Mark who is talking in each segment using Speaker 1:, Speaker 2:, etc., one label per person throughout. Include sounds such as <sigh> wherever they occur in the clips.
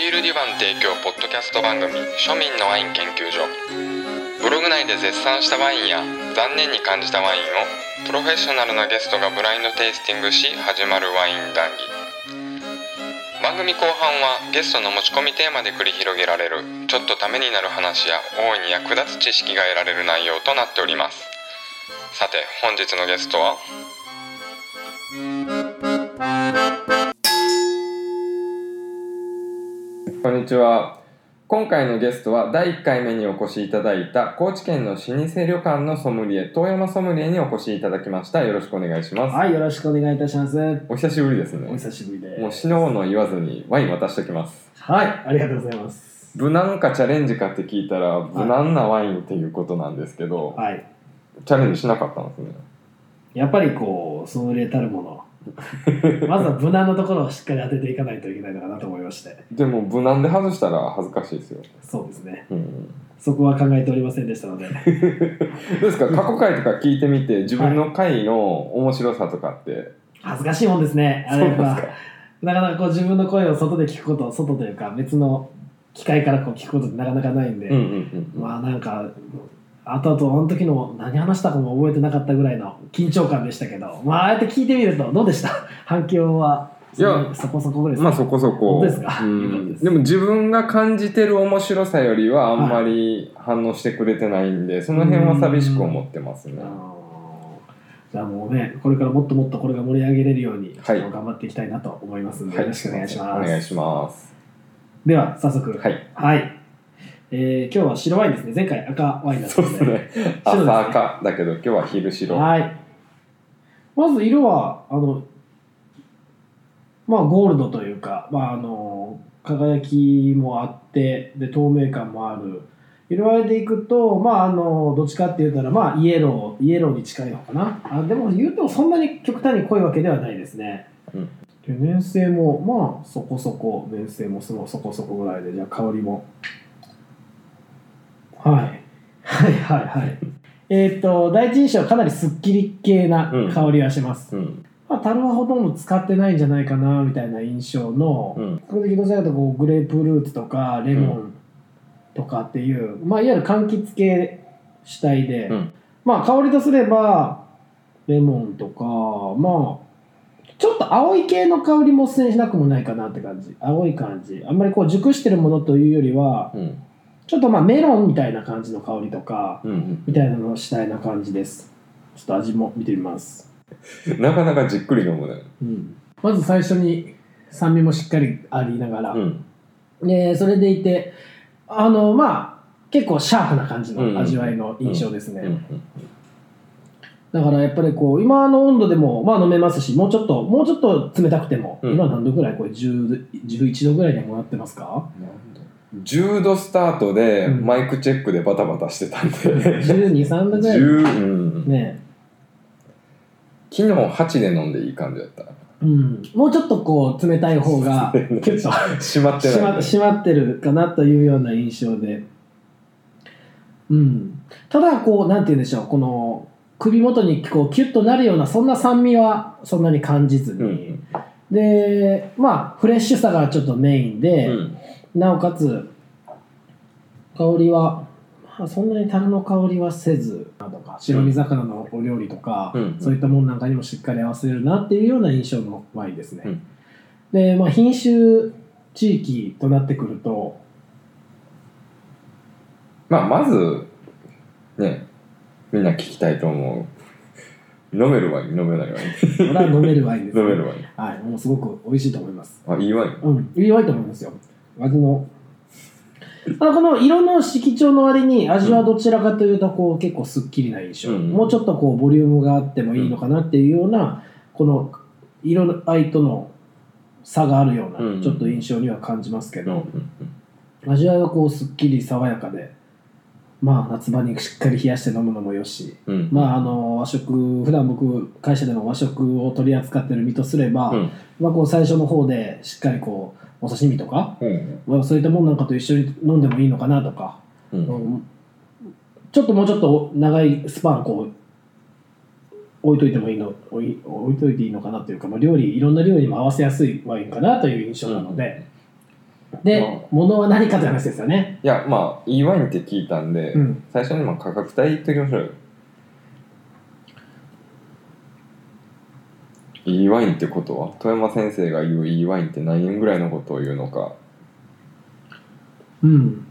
Speaker 1: 提供ポッドキャスト番組「庶民のワイン研究所」ブログ内で絶賛したワインや残念に感じたワインをプロフェッショナルなゲストがブラインドテイスティングし始まるワイン談義番組後半はゲストの持ち込みテーマで繰り広げられるちょっとためになる話や大いに役立つ知識が得られる内容となっておりますさて本日のゲストはこんにちは。今回のゲストは第1回目にお越しいただいた高知県の老舗旅館のソムリエ遠山ソムリエにお越しいただきました。よろしくお願いします。
Speaker 2: はい、よろしくお願いいたします。
Speaker 1: お久しぶりですね。
Speaker 2: お久しぶりです。
Speaker 1: もう死のうの言わずにワイン渡してきます。
Speaker 2: はい、ありがとうございます。
Speaker 1: 無難かチャレンジかって聞いたら無難なワインっていうことなんですけど、
Speaker 2: はい。
Speaker 1: チャレンジしなかったんですね。
Speaker 2: やっぱりこう、ソムリエた
Speaker 1: <laughs>
Speaker 2: るもの。まずは無難なところをしっかり当てていかないといけないのかなと思いまして。
Speaker 1: でも無難で外したら恥ずかしいですよ。
Speaker 2: そうですね。
Speaker 1: うん、
Speaker 2: そこは考えておりませんでしたので。
Speaker 1: どうですか過去回とか聞いてみて自分の回の面白さとかって、
Speaker 2: 恥ずかしいもんですね。あ
Speaker 1: そ
Speaker 2: れ
Speaker 1: うなん
Speaker 2: は
Speaker 1: ですか。
Speaker 2: なかなかこう自分の声を外で聞くこと、外というか別の機会からこう聞くことってなかなかないんで、
Speaker 1: うんうんうん。
Speaker 2: まあなんか、後々あの時の何話したかも覚えてなかったぐらいの緊張感でしたけど、まあああやって聞いてみるとどうでした反響は。
Speaker 1: いや
Speaker 2: そこそこぐらいですか
Speaker 1: まあそこそこ
Speaker 2: 本当ですか
Speaker 1: うん
Speaker 2: よかったです
Speaker 1: でも自分が感じてる面白さよりはあんまり反応してくれてないんでその辺は寂しく思ってますね
Speaker 2: あのーじゃあもうね、これからもっともっとこれが盛り上げれるように、
Speaker 1: はい
Speaker 2: 頑張っていきたいなと思いますので、
Speaker 1: は
Speaker 2: よろしくお願いし
Speaker 1: お
Speaker 2: ます。
Speaker 1: 願いします
Speaker 2: では、早速、はい。
Speaker 1: はい
Speaker 2: えー今日は白ワインですね。前回赤ワインだっ
Speaker 1: そ
Speaker 2: た
Speaker 1: う
Speaker 2: の
Speaker 1: で
Speaker 2: で。
Speaker 1: すね
Speaker 2: 白ですね
Speaker 1: 朝赤だけど今日は昼白は
Speaker 2: はい。まず色は、あの、まあゴールドというか、まああの、輝きもあって、で、透明感もある。色合いでいくと、まああの、どっちかって言ったら、まあイエロー、イエローに近いのかな。あでも言うてもそんなに極端に濃いわけではないですね。
Speaker 1: うん
Speaker 2: で粘性もまあそこそこ粘性もそのそこそこぐらいでじゃあ香りもはいはいはいはい <laughs> えーっと第一印象はかなりすっきり系な香りはします、
Speaker 1: うん
Speaker 2: まあ、樽はほとんど使ってないんじゃないかなみたいな印象の、
Speaker 1: うん
Speaker 2: これでどちらかというとこうグレープフルーツとかレモ
Speaker 1: う
Speaker 2: ンとかっていう、まあ、いわゆる柑橘系主体で、
Speaker 1: うん
Speaker 2: まあ香りとすればレモンとかまあちょっと青い系の香りもせんしなくもないかなって感じ青い感じあんまりこう熟してるものというよりは
Speaker 1: うん
Speaker 2: ちょっとまあメロンみたいな感じの香りとか
Speaker 1: うん
Speaker 2: みたいなのを主体な感じですちょっと味も見てみます
Speaker 1: なかなかじっくり飲むね
Speaker 2: まず最初に酸味もしっかりありながら、
Speaker 1: うん
Speaker 2: でそれでいてあのまあ結構シャープな感じ
Speaker 1: うんうん
Speaker 2: の味わいの印象ですね、
Speaker 1: うんうん
Speaker 2: だからやっぱりこう今の温度でもまあ飲めますしもうちょっともうちょっと冷たくても、
Speaker 1: うん
Speaker 2: 今何度ぐらいこれ10 11度ぐらいにはもらってま
Speaker 1: <laughs>
Speaker 2: すか
Speaker 1: 10度スタートで
Speaker 2: うん
Speaker 1: マイクチェックでバタバタしてたんで
Speaker 2: 123度ぐらい
Speaker 1: 10うん
Speaker 2: ね、
Speaker 1: 昨日8で飲んでいい感じだった
Speaker 2: うん、もうちょっとこう冷たい方がキュッと
Speaker 1: <laughs> 閉まって
Speaker 2: 閉ま
Speaker 1: ない
Speaker 2: 閉まってるかなというような印象で、うん、ただこうなんて言うんでしょうこの首元にこうキュッとなるようなそんな酸味はそんなに感じずに、
Speaker 1: うん
Speaker 2: でまあフレッシュさがちょっとメイン
Speaker 1: う
Speaker 2: で、
Speaker 1: ん
Speaker 2: なおかつ香りは、まあ、そんなに樽の香りはせずなんとか白身魚のお料理とか、
Speaker 1: うん
Speaker 2: そういったものなんかにもしっかり合わせるなっていうような印象のワインですね、
Speaker 1: うん
Speaker 2: で、まあ、品種地域となってくると
Speaker 1: まあ、まず、ね、みんな聞きたいと思う。飲めるワイン、飲めないワイン。
Speaker 2: これは飲めるワインで
Speaker 1: <laughs>
Speaker 2: す、
Speaker 1: 飲めるワイン。
Speaker 2: はいもうすごく美味しいと思います
Speaker 1: あ、いいワイン。
Speaker 2: うんいいワインと思いますよ味のただこの色の色調の割に味はどちらかというとこう結構すっきりな印象、
Speaker 1: うん
Speaker 2: もうちょっとこうボリュームがあってもいいのかなっていうようなこの色合いとの差があるよう
Speaker 1: うん
Speaker 2: なちょっと印象には感じますけ
Speaker 1: うん
Speaker 2: ど、味わいはこうすっきり爽やかでまあ夏場にしっかり冷やして飲むのもよし
Speaker 1: うんうん。
Speaker 2: まああの和食普段僕会社での和食を取り扱ってる身とすれば、
Speaker 1: うん
Speaker 2: まあ、こう最初の方でしっかりこうお刺身とか
Speaker 1: うん。
Speaker 2: まあそういったものなんかと一緒に飲んでもいいのかなとか、
Speaker 1: うん。うん。
Speaker 2: うんちょっともうちょっと長いスパンこう置いといてもいいの置い置いといていいのかなというか、まあ、料理いろんな料理にも合わせやすいワインかなという印象なので、で、物は何かという話ですよね。
Speaker 1: いやまあいいワインって聞いたんで、
Speaker 2: うん。
Speaker 1: 最初にまあ価格帯言っときましょうよいいワインってことは富山先生が言ういいワインって何円ぐらいのことを言うのか
Speaker 2: うん。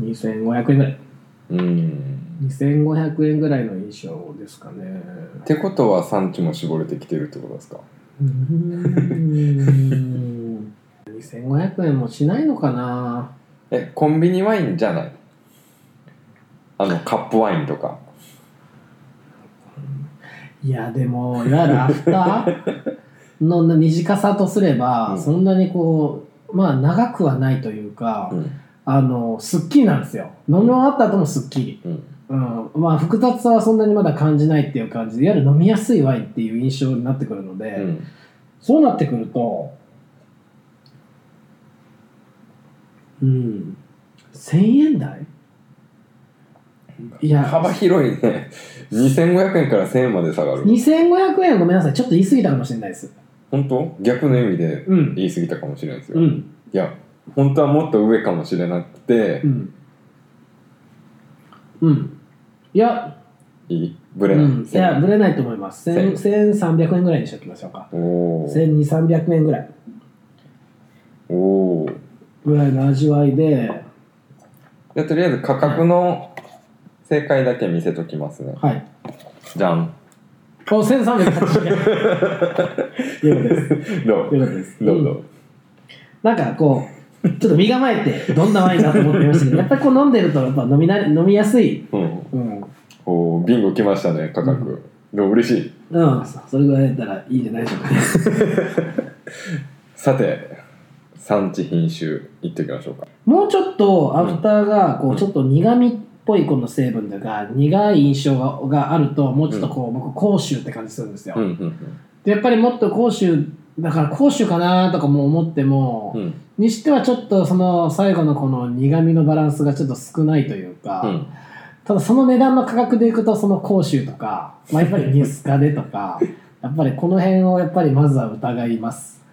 Speaker 2: 2500円ぐらい。
Speaker 1: うん
Speaker 2: 2500円ぐらいの印象ですかね。
Speaker 1: ってことは産地も絞れてきてるってことですか
Speaker 2: うーん。2500円もしないのかな
Speaker 1: えコンビニワインじゃないあのカップワインとか
Speaker 2: いや、でも、いわゆるアフターの短さとすれ
Speaker 1: う
Speaker 2: ば、
Speaker 1: ん
Speaker 2: そんなにこう、まあ長くはないというか、
Speaker 1: うん
Speaker 2: あの、すっきりなんですよ。飲み終わった後もすっきり。
Speaker 1: うん
Speaker 2: うん、まあ複雑さはそんなにまだ感じないっていう感じでいわゆる飲みやすいワインっていう印象になってくるので、
Speaker 1: うん
Speaker 2: そうなってくるとうん1000円台いや
Speaker 1: 幅広いね2500円から1000円まで下がる
Speaker 2: 2500円はごめんなさいちょっと言い過ぎたかもしれないです
Speaker 1: 本当逆の意味で
Speaker 2: うん
Speaker 1: 言い過ぎたかもしれないですよ、
Speaker 2: う
Speaker 1: い
Speaker 2: ん
Speaker 1: や本当はもっと上かもしれなくて
Speaker 2: う、んうんいや、
Speaker 1: いいブ
Speaker 2: う
Speaker 1: レない、
Speaker 2: ん、いやぶれないと思います1000 1300円ぐらいにしときましょうか
Speaker 1: おおー
Speaker 2: 12300円ぐらい
Speaker 1: おー
Speaker 2: ぐらいの味わいで
Speaker 1: じゃあとりあえず価格の正解だけ見せときますね
Speaker 2: はい
Speaker 1: じゃん
Speaker 2: お、千三百八十円。
Speaker 1: <laughs>
Speaker 2: よかったです。
Speaker 1: どう
Speaker 2: よかったです。
Speaker 1: どうぞ、
Speaker 2: んなんかこう、ちょっと身構えて、どんなワインだと思って
Speaker 1: <laughs>
Speaker 2: ましたけど、やっぱりこう飲んでると、やっぱ飲みな飲みやすい。
Speaker 1: うん、
Speaker 2: うん。
Speaker 1: おおビンゴ来ましたね価格、でも嬉しい
Speaker 2: うん、それぐらいだったらいいんじゃないでしょうかね。
Speaker 1: さて産地品種いってみましょうか
Speaker 2: もうちょっとアフターが、こ
Speaker 1: う
Speaker 2: う、
Speaker 1: ん
Speaker 2: ちょっと苦味っぽいこの成分というか、苦い印象ががあると、もうちょっとこう、僕、甲州って感じするんですよ。
Speaker 1: うんうん
Speaker 2: で、やっぱりもっと甲州、だから甲州かなとかも思っても、
Speaker 1: うん
Speaker 2: にしてはちょっとその最後のこの苦味のバランスがちょっと少ないというか、
Speaker 1: うん
Speaker 2: ただその値段の価格でいくとその甲州と <laughs> か、まあ、やっぱりニュースカでとかやっぱりこの辺をやっぱりまずは疑います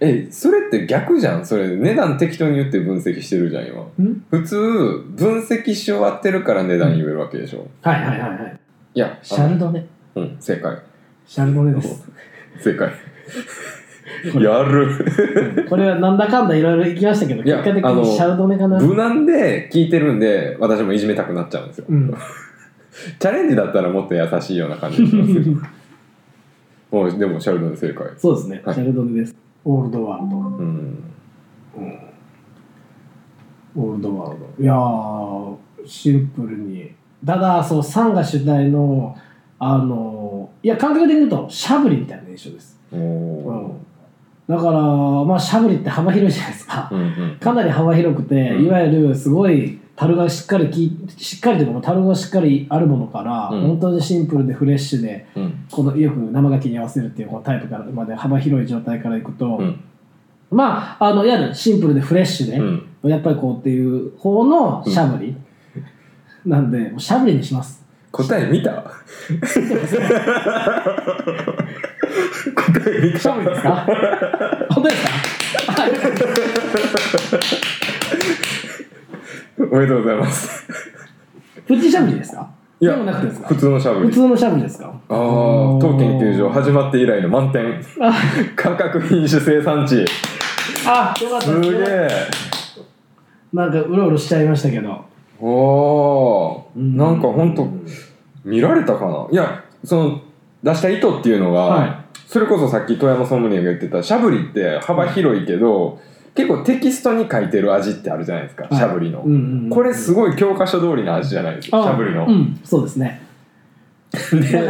Speaker 1: えそれって逆じゃんそれ値段適当に言って分析してるじゃん今
Speaker 2: ん
Speaker 1: 普通分析し終わってるから値段言えるわけでしょ、
Speaker 2: はいはいはいはい
Speaker 1: いや
Speaker 2: シャルドネ
Speaker 1: あのうん正解
Speaker 2: シャルドネです
Speaker 1: 正 <laughs> 解
Speaker 2: これ
Speaker 1: やる
Speaker 2: <laughs> これはなんだかんだいろいろ行きましたけど
Speaker 1: い
Speaker 2: 結
Speaker 1: や
Speaker 2: 果的
Speaker 1: あの
Speaker 2: にシャルドネかな
Speaker 1: 無難で聞いてるんで私もいじめたくなっちゃうんですよ
Speaker 2: うん
Speaker 1: チャレンジだったらもっと優しいような感じがしますよもうでもシャルドン正解
Speaker 2: <laughs> そうですね、
Speaker 1: はい
Speaker 2: シャルドネですオールドワールド
Speaker 1: うん
Speaker 2: オールドワールドいやーシンプルにただそのサンが主体のあのいや感覚で見るとしゃぶりみたいな印象です、
Speaker 1: お
Speaker 2: う
Speaker 1: ー
Speaker 2: ん、だからまあしゃぶりって幅広いじゃないですか <laughs>
Speaker 1: うんうん
Speaker 2: かなり幅広くて、
Speaker 1: うん
Speaker 2: いわゆるすごい樽がしっかりきしっかりというか樽がしっかりあるものから、
Speaker 1: うん
Speaker 2: 本当にシンプルでフレッシュで
Speaker 1: うん
Speaker 2: このよく生牡蠣に合わせるっていうこのタイプからまで幅広い状態からいくと、
Speaker 1: うん
Speaker 2: まああのいわゆるシンプルでフレッシュで、
Speaker 1: うん
Speaker 2: やっぱりこうっていう方のしゃぶり、なんでもうしゃぶりにし
Speaker 1: <laughs>
Speaker 2: ます
Speaker 1: 答え見た答え見
Speaker 2: しゃぶりですか <laughs> 本当ですかはい
Speaker 1: おめでとうございます
Speaker 2: プチしゃぶりですか
Speaker 1: いや
Speaker 2: でもなくてですか
Speaker 1: 普通のシャブ
Speaker 2: 普
Speaker 1: リ
Speaker 2: 通のしゃぶりですか
Speaker 1: あ
Speaker 2: お
Speaker 1: あ
Speaker 2: ー
Speaker 1: 当研究所始まって以来の満点
Speaker 2: あ
Speaker 1: <laughs> 価格品種生産地
Speaker 2: あよかった
Speaker 1: す
Speaker 2: です
Speaker 1: げえ
Speaker 2: なんかうろうろしちゃいましたけど、
Speaker 1: おーなんかほんと見られたかないやその出した意図っていうのが、
Speaker 2: は
Speaker 1: それこそさっき富山ソムリエが言ってたしゃぶりって幅広いけど、結構テキストに書いてる味ってあるじゃないですか、
Speaker 2: はい
Speaker 1: しゃぶりの、
Speaker 2: い、うんうんうん
Speaker 1: これすごい教科書通りの味じゃないですか
Speaker 2: あ
Speaker 1: しゃぶりの、
Speaker 2: うんそうですねだ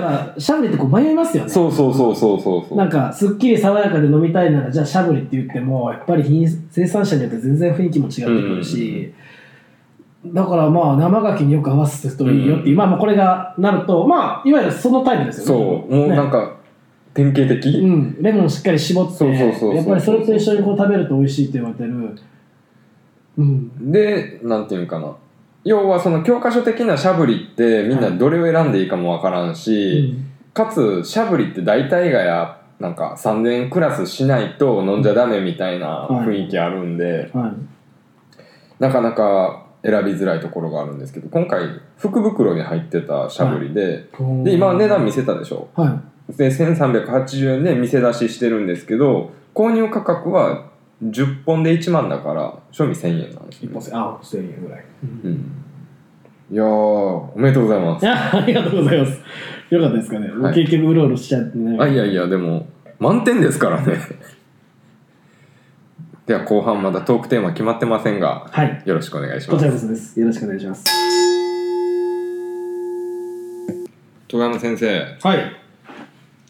Speaker 2: からしゃぶりってこう迷いますよね
Speaker 1: そうそうそうそうそうそう
Speaker 2: なんかすっきり爽やかで飲みたいならじゃあしゃぶりって言ってもやっぱり品生産者によって全然雰囲気も違ってくるし、だからまあ生牡蠣によく合わせるといいよっていう、まあまあこれがなるとまあいわゆるそのタイプです
Speaker 1: そう
Speaker 2: よ
Speaker 1: も
Speaker 2: ね
Speaker 1: うなん
Speaker 2: ね
Speaker 1: か、典型的、
Speaker 2: うん、レモンしっかり絞って
Speaker 1: そうそうそうそう
Speaker 2: やっぱりそれと一緒にこう食べると美味しいって言われてるうん
Speaker 1: でなんていうんかな要はその教科書的なしゃぶりってみんなどれを選んでいいかもわからんし、
Speaker 2: うん
Speaker 1: かつしゃぶりって大体がやっなんか3000クラスしないと飲んじゃダメみたいな雰囲気あるんで、
Speaker 2: はい
Speaker 1: なかなか選びづらいところがあるんですけど今回福袋に入ってたしゃぶりで、で今値段見せたでしょ
Speaker 2: はい
Speaker 1: で1380円で見せ出ししてるんですけど購入価格は10本で1万だから賞味1000円なんですよ
Speaker 2: 一本千あ千円ぐらい、うん
Speaker 1: うんいやーおめでとうございま
Speaker 2: い
Speaker 1: す
Speaker 2: やありがとうございますよかったですかね、もう
Speaker 1: はい
Speaker 2: 結局うろうろしちゃってね
Speaker 1: あいやいやでも満点ですからね <laughs> では後半まだトークテーマ決まってませんが
Speaker 2: はい
Speaker 1: よろしくお願いし
Speaker 2: こ
Speaker 1: ま
Speaker 2: ち
Speaker 1: す
Speaker 2: らこそですよろしくお願いします
Speaker 1: 戸山先生
Speaker 2: はい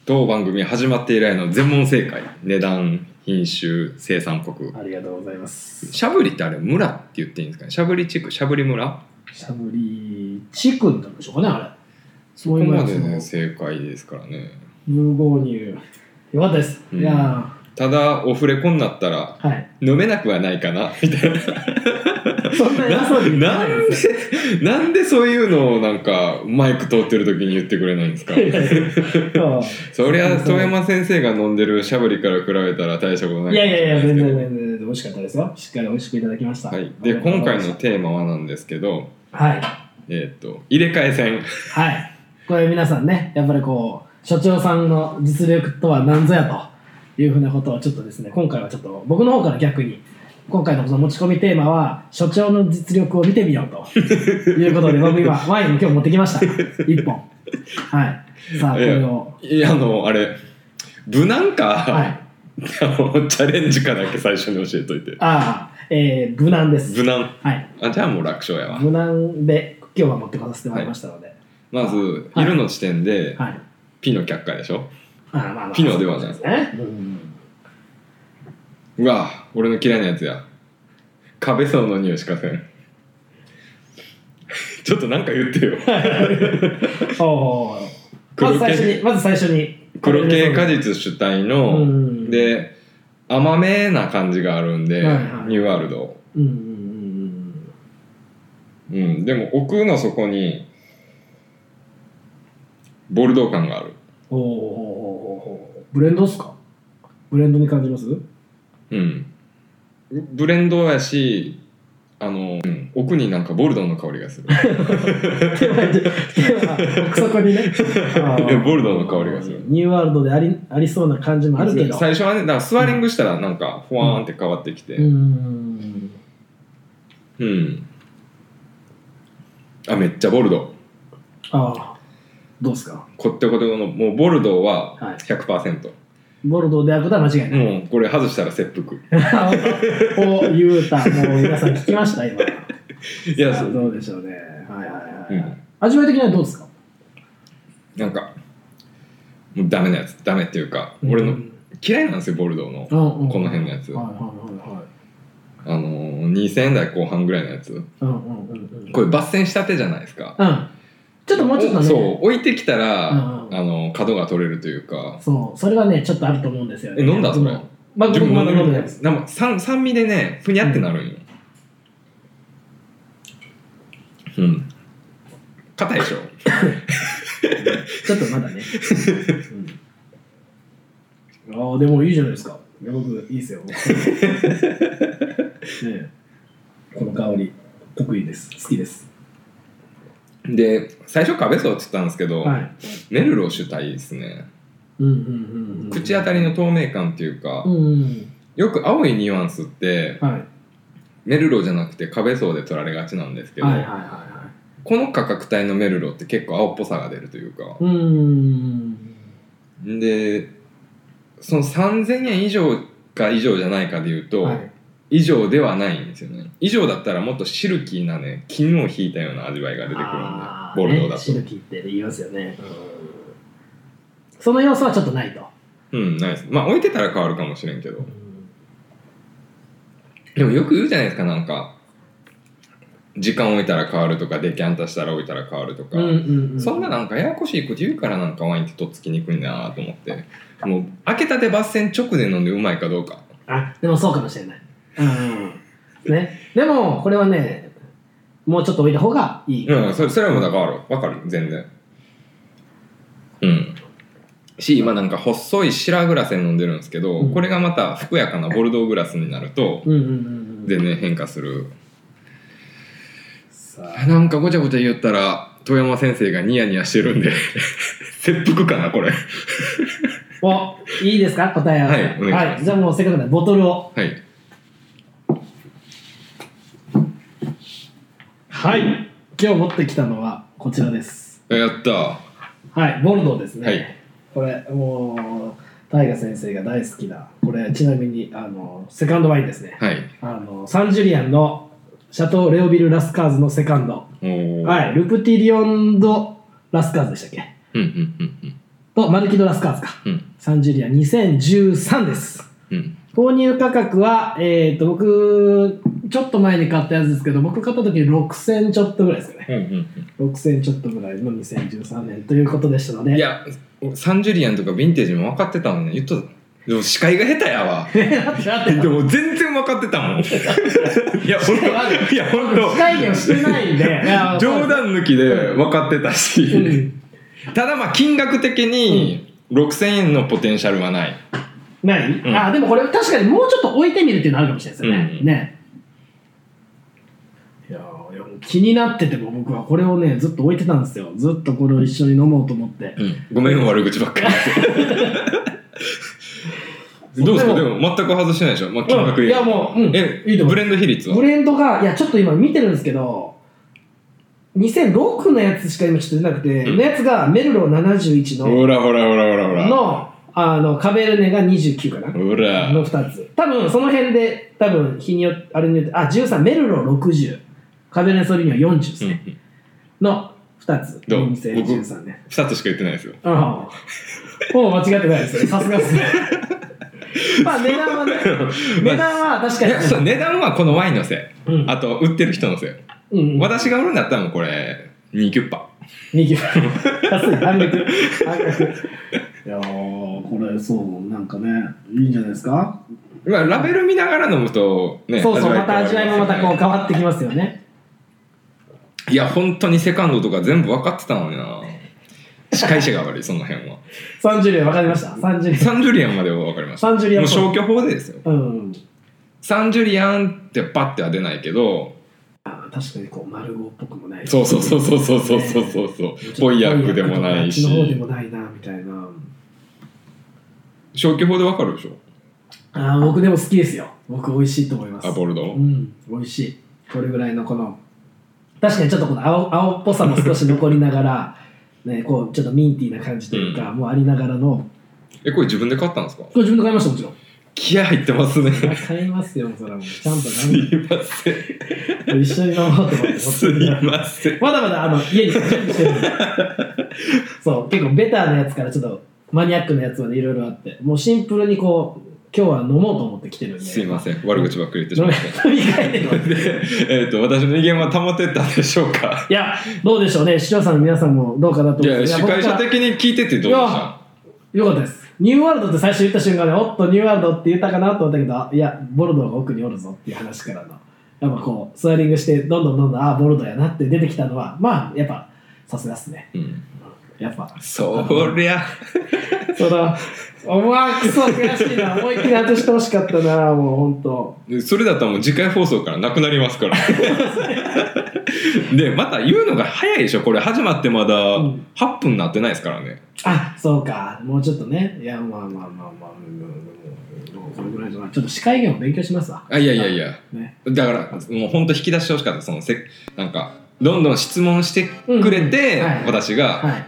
Speaker 1: 当番組始まって以来の全問正解値段品種生産国
Speaker 2: ありがとうございます
Speaker 1: しゃぶりってあれ村って言っていいんですかねしゃぶり地区しゃぶり村
Speaker 2: しゃぶりチクなんでしょうかねあれ
Speaker 1: そこまで
Speaker 2: そういうや
Speaker 1: ね
Speaker 2: つ
Speaker 1: 正解ですからね
Speaker 2: 無合乳よかったです、
Speaker 1: うん
Speaker 2: いや
Speaker 1: ただオフレコになったら <laughs>
Speaker 2: ーはい
Speaker 1: 飲めなくはないかな <laughs> みたいな
Speaker 2: そんな偉そうに言って
Speaker 1: ないん
Speaker 2: です
Speaker 1: でなんでそういうのをなんかマイク通ってる時に言ってくれないんですか
Speaker 2: よ
Speaker 1: そりゃ遠山先生が飲んでるしゃぶりから比べたら大したことない
Speaker 2: いやいやいや
Speaker 1: かもしれ
Speaker 2: 全然
Speaker 1: なです
Speaker 2: 全然全然美味しかったですよしっかり美味しくいただきました
Speaker 1: けどはい、で今回の
Speaker 2: はい
Speaker 1: テーマはなんですけど
Speaker 2: は
Speaker 1: えっ、と入れ替え戦
Speaker 2: いこれ皆さんねやっぱりこう所長さんの実力とは何ぞやというふうなことをちょっとですね今回はちょっと僕の方から逆に今回のその持ち込みテーマは所長の実力を見てみようということで
Speaker 1: <laughs>
Speaker 2: 僕今ワインを今日持ってきました1本はいさあこれを
Speaker 1: いやあのあれ無難か、
Speaker 2: はい
Speaker 1: あのチャレンジかだけ最初に教えといて
Speaker 2: ああえー、無難です
Speaker 1: 無難
Speaker 2: はい
Speaker 1: あじゃあもう楽勝やわ
Speaker 2: 無難で今日は持ってこさせてもらいましたので、
Speaker 1: まず
Speaker 2: はい
Speaker 1: 昼の時点で
Speaker 2: はい
Speaker 1: ピの却下でしょ
Speaker 2: あまあまあ
Speaker 1: ピノではない
Speaker 2: そうですね、うん
Speaker 1: うわ俺の嫌いなやつや壁層の匂いしかせん <laughs> ちょっとなんか言ってよ
Speaker 2: おうおうおうま
Speaker 1: 黒
Speaker 2: ず
Speaker 1: 系
Speaker 2: 最初にまず最初に
Speaker 1: 黒系果実主体
Speaker 2: う
Speaker 1: の
Speaker 2: ん
Speaker 1: で甘めな感じがあるんで、
Speaker 2: はいはい
Speaker 1: ニューワールド
Speaker 2: うんうんうん
Speaker 1: うんでも奥の底にボルドー感がある
Speaker 2: おうおうおうおうおうブレンドっすかブレンドに感じます
Speaker 1: うんブレンドやしあの、うん奥になんかボルドーの香りがす
Speaker 2: <laughs>
Speaker 1: る
Speaker 2: 手は手は奥底にねあー
Speaker 1: <laughs> いやボルドーの香りがする
Speaker 2: ニューワールドでありありそうな感じもあるけど
Speaker 1: 最初はねだからスワリングしたらなんかフワーンって変わってきて
Speaker 2: うんう
Speaker 1: う
Speaker 2: ん
Speaker 1: ん、あめっちゃボルド
Speaker 2: ああどうっすか
Speaker 1: こってこてのもうボルドーは
Speaker 2: はい
Speaker 1: 100%、
Speaker 2: ボルドーであることは間違いない
Speaker 1: もうこれ外したら切
Speaker 2: <laughs>
Speaker 1: 腹
Speaker 2: おゆうたもう皆さん聞きました今い
Speaker 1: いやそう、
Speaker 2: どうでしょうねはいはいはい、
Speaker 1: うん、
Speaker 2: 味わい的にはどうですか
Speaker 1: なんかもうダメなやつダメっていうか俺
Speaker 2: う
Speaker 1: の
Speaker 2: ん
Speaker 1: 嫌いなんですよボルドーの
Speaker 2: うんうん
Speaker 1: この辺のやつ
Speaker 2: はいはいはいはい
Speaker 1: あのー2000円台後半ぐらいのやつ
Speaker 2: うんうんうんうん
Speaker 1: これ抜栓したてじゃないですか
Speaker 2: うんちょっともうちょっとね
Speaker 1: そう置いてきたら、
Speaker 2: うんうん
Speaker 1: あの角が取れるというか
Speaker 2: そうそれはねちょっとあると思うんですよね
Speaker 1: え飲んだそれ
Speaker 2: 僕もまあ
Speaker 1: 自
Speaker 2: 僕
Speaker 1: 分
Speaker 2: もまだ飲んでない
Speaker 1: で
Speaker 2: です
Speaker 1: なんか酸酸味でねふにゃってなるんようん硬いでしょ
Speaker 2: ちょっとまだね、うん、ああでもいいじゃないですかいや僕いい
Speaker 1: <laughs>
Speaker 2: ですよ僕ねえこの香り得意です好きです
Speaker 1: で最初壁層っつったんですけど、
Speaker 2: はい
Speaker 1: メルロー主体ですね
Speaker 2: うんうんうんうん
Speaker 1: 口当たりの透明感っていうか、
Speaker 2: うんうん
Speaker 1: よく青いニュアンスって
Speaker 2: うん、はい
Speaker 1: メルローじゃなくて壁層で取られがちなんですけど、
Speaker 2: はいはいはいは
Speaker 1: この価格帯のメルローって結構青っぽさが出るというか
Speaker 2: い。うーん。
Speaker 1: でその3000円以上か以上じゃないかでいうと、
Speaker 2: はい。
Speaker 1: 以上ではないんですよね以上だったらもっとシルキーなね金を引いたような味わいが出てくるんで
Speaker 2: あー
Speaker 1: ボルドーだ
Speaker 2: ね
Speaker 1: と、
Speaker 2: シルキーって言いますよね。うんその要素はちょっとないと。
Speaker 1: うんないですまあ置いてたら変わるかもしれんけどでもよく言うじゃないですかなんか時間置いたら変わるとかデキャンタしたら置いたら変わるとか、
Speaker 2: うんうんうん。
Speaker 1: そんななんかややこしいこと言うからなんかワインってとっつきにくいなと思ってもう開けたて抜栓直で飲んでうまいかどうか
Speaker 2: あ、でもそうかもしれない。うんうん。ね。でも、これはね、もうちょっと置いた方がいい。
Speaker 1: うんそれそれはもうだからわかるわかる全然うんし今なんか細い白グラスに飲んでるんですけど、
Speaker 2: うん
Speaker 1: これがまたふくやかなボルドーグラスになると
Speaker 2: うんうんうんうん
Speaker 1: 全然変化する
Speaker 2: さ
Speaker 1: あ
Speaker 2: あ
Speaker 1: なんかごちゃごちゃ言ったら遠山先生がニヤニヤしてるんで <laughs> 切腹かなこれ
Speaker 2: おいいですか答え合わせ
Speaker 1: はいお願いします
Speaker 2: じゃあもうせっかくなんでボトルを
Speaker 1: はい
Speaker 2: はい今日持ってきたのはこちらです
Speaker 1: やった
Speaker 2: はいボルドーですね、
Speaker 1: はい
Speaker 2: これもう大河先生が大好きなこれちなみにあのセカンドワインですね
Speaker 1: はい
Speaker 2: あのサンジュリアンのシャトー・レオビル・ラスカーズのセカンド、
Speaker 1: おー
Speaker 2: はい、ルプティリオン・ド・ラスカーズでしたっけ
Speaker 1: うんうんうん
Speaker 2: とマルキド・ラスカーズか
Speaker 1: うんうん
Speaker 2: サンジュリアン2013です
Speaker 1: うん
Speaker 2: 購入価格は、えー、と僕ちょっと前に買ったやつですけど僕買った時6000ちょっとぐらいですかね
Speaker 1: うんうん
Speaker 2: 6000ちょっとぐらいの2013年ということでしたの
Speaker 1: うん
Speaker 2: で
Speaker 1: いやサンジュリアンとかヴィンテージも分かってたのね言っとったでも視界が下手や
Speaker 2: <laughs>
Speaker 1: わ
Speaker 2: <laughs> 待って待
Speaker 1: え
Speaker 2: って
Speaker 1: でも全然分かってたもんいや本当いや本当
Speaker 2: 司会業してないんでいや
Speaker 1: <laughs> 冗談抜きで分かってたし、
Speaker 2: うん
Speaker 1: ただまあ金額的に6000円のポテンシャルはない
Speaker 2: ない、
Speaker 1: ん
Speaker 2: あでもこれ確かにもうちょっと置いてみるっていうのあるかもしれないですよね、
Speaker 1: うん
Speaker 2: ねいやーいや気になってても僕はこれをねずっと置いてたんですよずっとこれを一緒に飲もうと思って
Speaker 1: うん、ごめん悪口ばっかりどうですかで
Speaker 2: で
Speaker 1: も全く外してないでしょ、まあ、金額
Speaker 2: うんいやもううん
Speaker 1: え
Speaker 2: いいと思
Speaker 1: ブレ
Speaker 2: います
Speaker 1: ンド比率は
Speaker 2: ブレンドがいやちょっと今見てるんですけど2006のやつしか今ちょっと出なくて、
Speaker 1: うん
Speaker 2: のやつがメルロ71の
Speaker 1: ほらほらほらほらほら
Speaker 2: のあのカベルネが29かな
Speaker 1: ほら
Speaker 2: の2つ多分その辺で多分日によってあれによってあ13メルロ60カベルネソリニョ40です
Speaker 1: う
Speaker 2: ね、
Speaker 1: ん
Speaker 2: の2つ
Speaker 1: どう
Speaker 2: 2013年
Speaker 1: 2つしか言ってないですよ
Speaker 2: ああもう間違ってないですねさすがで
Speaker 1: <laughs>
Speaker 2: すねまあ値段はね値段は確
Speaker 1: い
Speaker 2: かに、
Speaker 1: やそう値段はこのワインのせい
Speaker 2: うん
Speaker 1: あと売ってる人のせい
Speaker 2: うんうん、
Speaker 1: 私が売るんだったらもうこれ2キュッパ
Speaker 2: 右安い半額半額いやーこれそうなんかねいいんじゃないですか、
Speaker 1: まあラベル見ながら飲むとね
Speaker 2: そうそう
Speaker 1: 変
Speaker 2: また
Speaker 1: わりす
Speaker 2: 味
Speaker 1: よ
Speaker 2: わい
Speaker 1: ね
Speaker 2: もまたこう変わってきますよね
Speaker 1: いや本当にセカンドとか全部分かってたのにな司会者が悪いその辺は
Speaker 2: 30秒わかりました30秒
Speaker 1: サンジュリアンまでは分かりましたも
Speaker 2: サンジュリアン
Speaker 1: う消去法でですよ
Speaker 2: うん
Speaker 1: サンジュリアンってパッては出ないけど
Speaker 2: あ確かにこう丸語っぽくもない
Speaker 1: そうそうそうそうそうそうそうそうそうポイヤークでもないし
Speaker 2: こっちの方でもないなみたいな
Speaker 1: 消去法で分かるでしょ
Speaker 2: あー僕でも好きですよ僕美味しいと思います
Speaker 1: あボルド
Speaker 2: う
Speaker 1: ー
Speaker 2: ん美味しいこれぐらいのこの確かにちょっとこの青青っぽさも少し残りながら <laughs> ねこうちょっとミンティーな感じというか、もうありながらの
Speaker 1: えこれ自分で買ったんですか
Speaker 2: これ自分で買いましたもちろん
Speaker 1: 気合入ってますね
Speaker 2: 買いますよそれはもうちゃんと
Speaker 1: す <laughs> いませ
Speaker 2: 何一緒に飲もうと思って
Speaker 1: んすいません
Speaker 2: まだまだあの家に準備してるんでそう結構ベターなやつからちょっとマニアックなやつまでいろいろあってもうシンプルにこう今日は飲もうと思って来てるんです
Speaker 1: いま
Speaker 2: ん
Speaker 1: せん悪口ばっかり言ってし
Speaker 2: 飲
Speaker 1: ま
Speaker 2: <laughs> み
Speaker 1: っ
Speaker 2: 会での
Speaker 1: たでえっ、と私の威厳は保てたでしょうか
Speaker 2: いやどうでしょうね視聴者の皆さんもどうかなと
Speaker 1: い
Speaker 2: 思う
Speaker 1: や
Speaker 2: んです
Speaker 1: 司
Speaker 2: が
Speaker 1: 会者
Speaker 2: 僕は
Speaker 1: 的に聞いててどうでした
Speaker 2: いやよかったですニューワールドって最初言った瞬間ねおっとニューワールドって言ったかなと思ったけどあいやボルドーが奥におるぞっていう話からのやっぱこうスワリングしてどんどんどんどんああボルドーやなって出てきたのはまあやっぱさすがっすね
Speaker 1: うん
Speaker 2: やっぱ
Speaker 1: そりゃ
Speaker 2: そのお前クソ悔しいな思いっきり外してほしかったなもうほんと
Speaker 1: それだったらもう次回放送からなくなります
Speaker 2: <laughs>
Speaker 1: からでまた言うのが早いでしょこれ始まってまだ
Speaker 2: うん
Speaker 1: 8分なってないですからね、
Speaker 2: あそうかもうちょっとねいやまあまあまあまあうんうんうんもうこれぐらいじゃないちょっと司会業を勉強しますわ
Speaker 1: あいやいやいや
Speaker 2: ね
Speaker 1: だからもうほんと引き出してほしかったそのせなんかどんどん質問してくれて、
Speaker 2: うんうんはい
Speaker 1: 私が、
Speaker 2: はい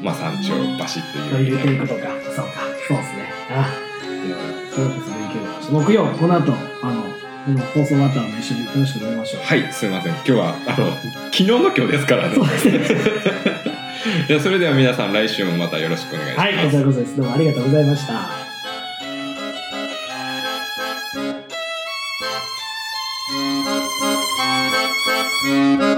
Speaker 1: まあ山頂バシッと
Speaker 2: と
Speaker 1: 言う
Speaker 2: い
Speaker 1: み
Speaker 2: う
Speaker 1: たいな
Speaker 2: ということかそうかそうですねあいやそれこそ勉強になりました木曜この後あのこの放送終わったのも一緒に楽しく飲みましょう
Speaker 1: はいすいません今日はあの昨日の今日ですからね
Speaker 2: そうですね
Speaker 1: <laughs> いやそれでは皆さん来週もまたよろしくお願いします、
Speaker 2: はいこちらこそですどうもありがとうございました
Speaker 3: 「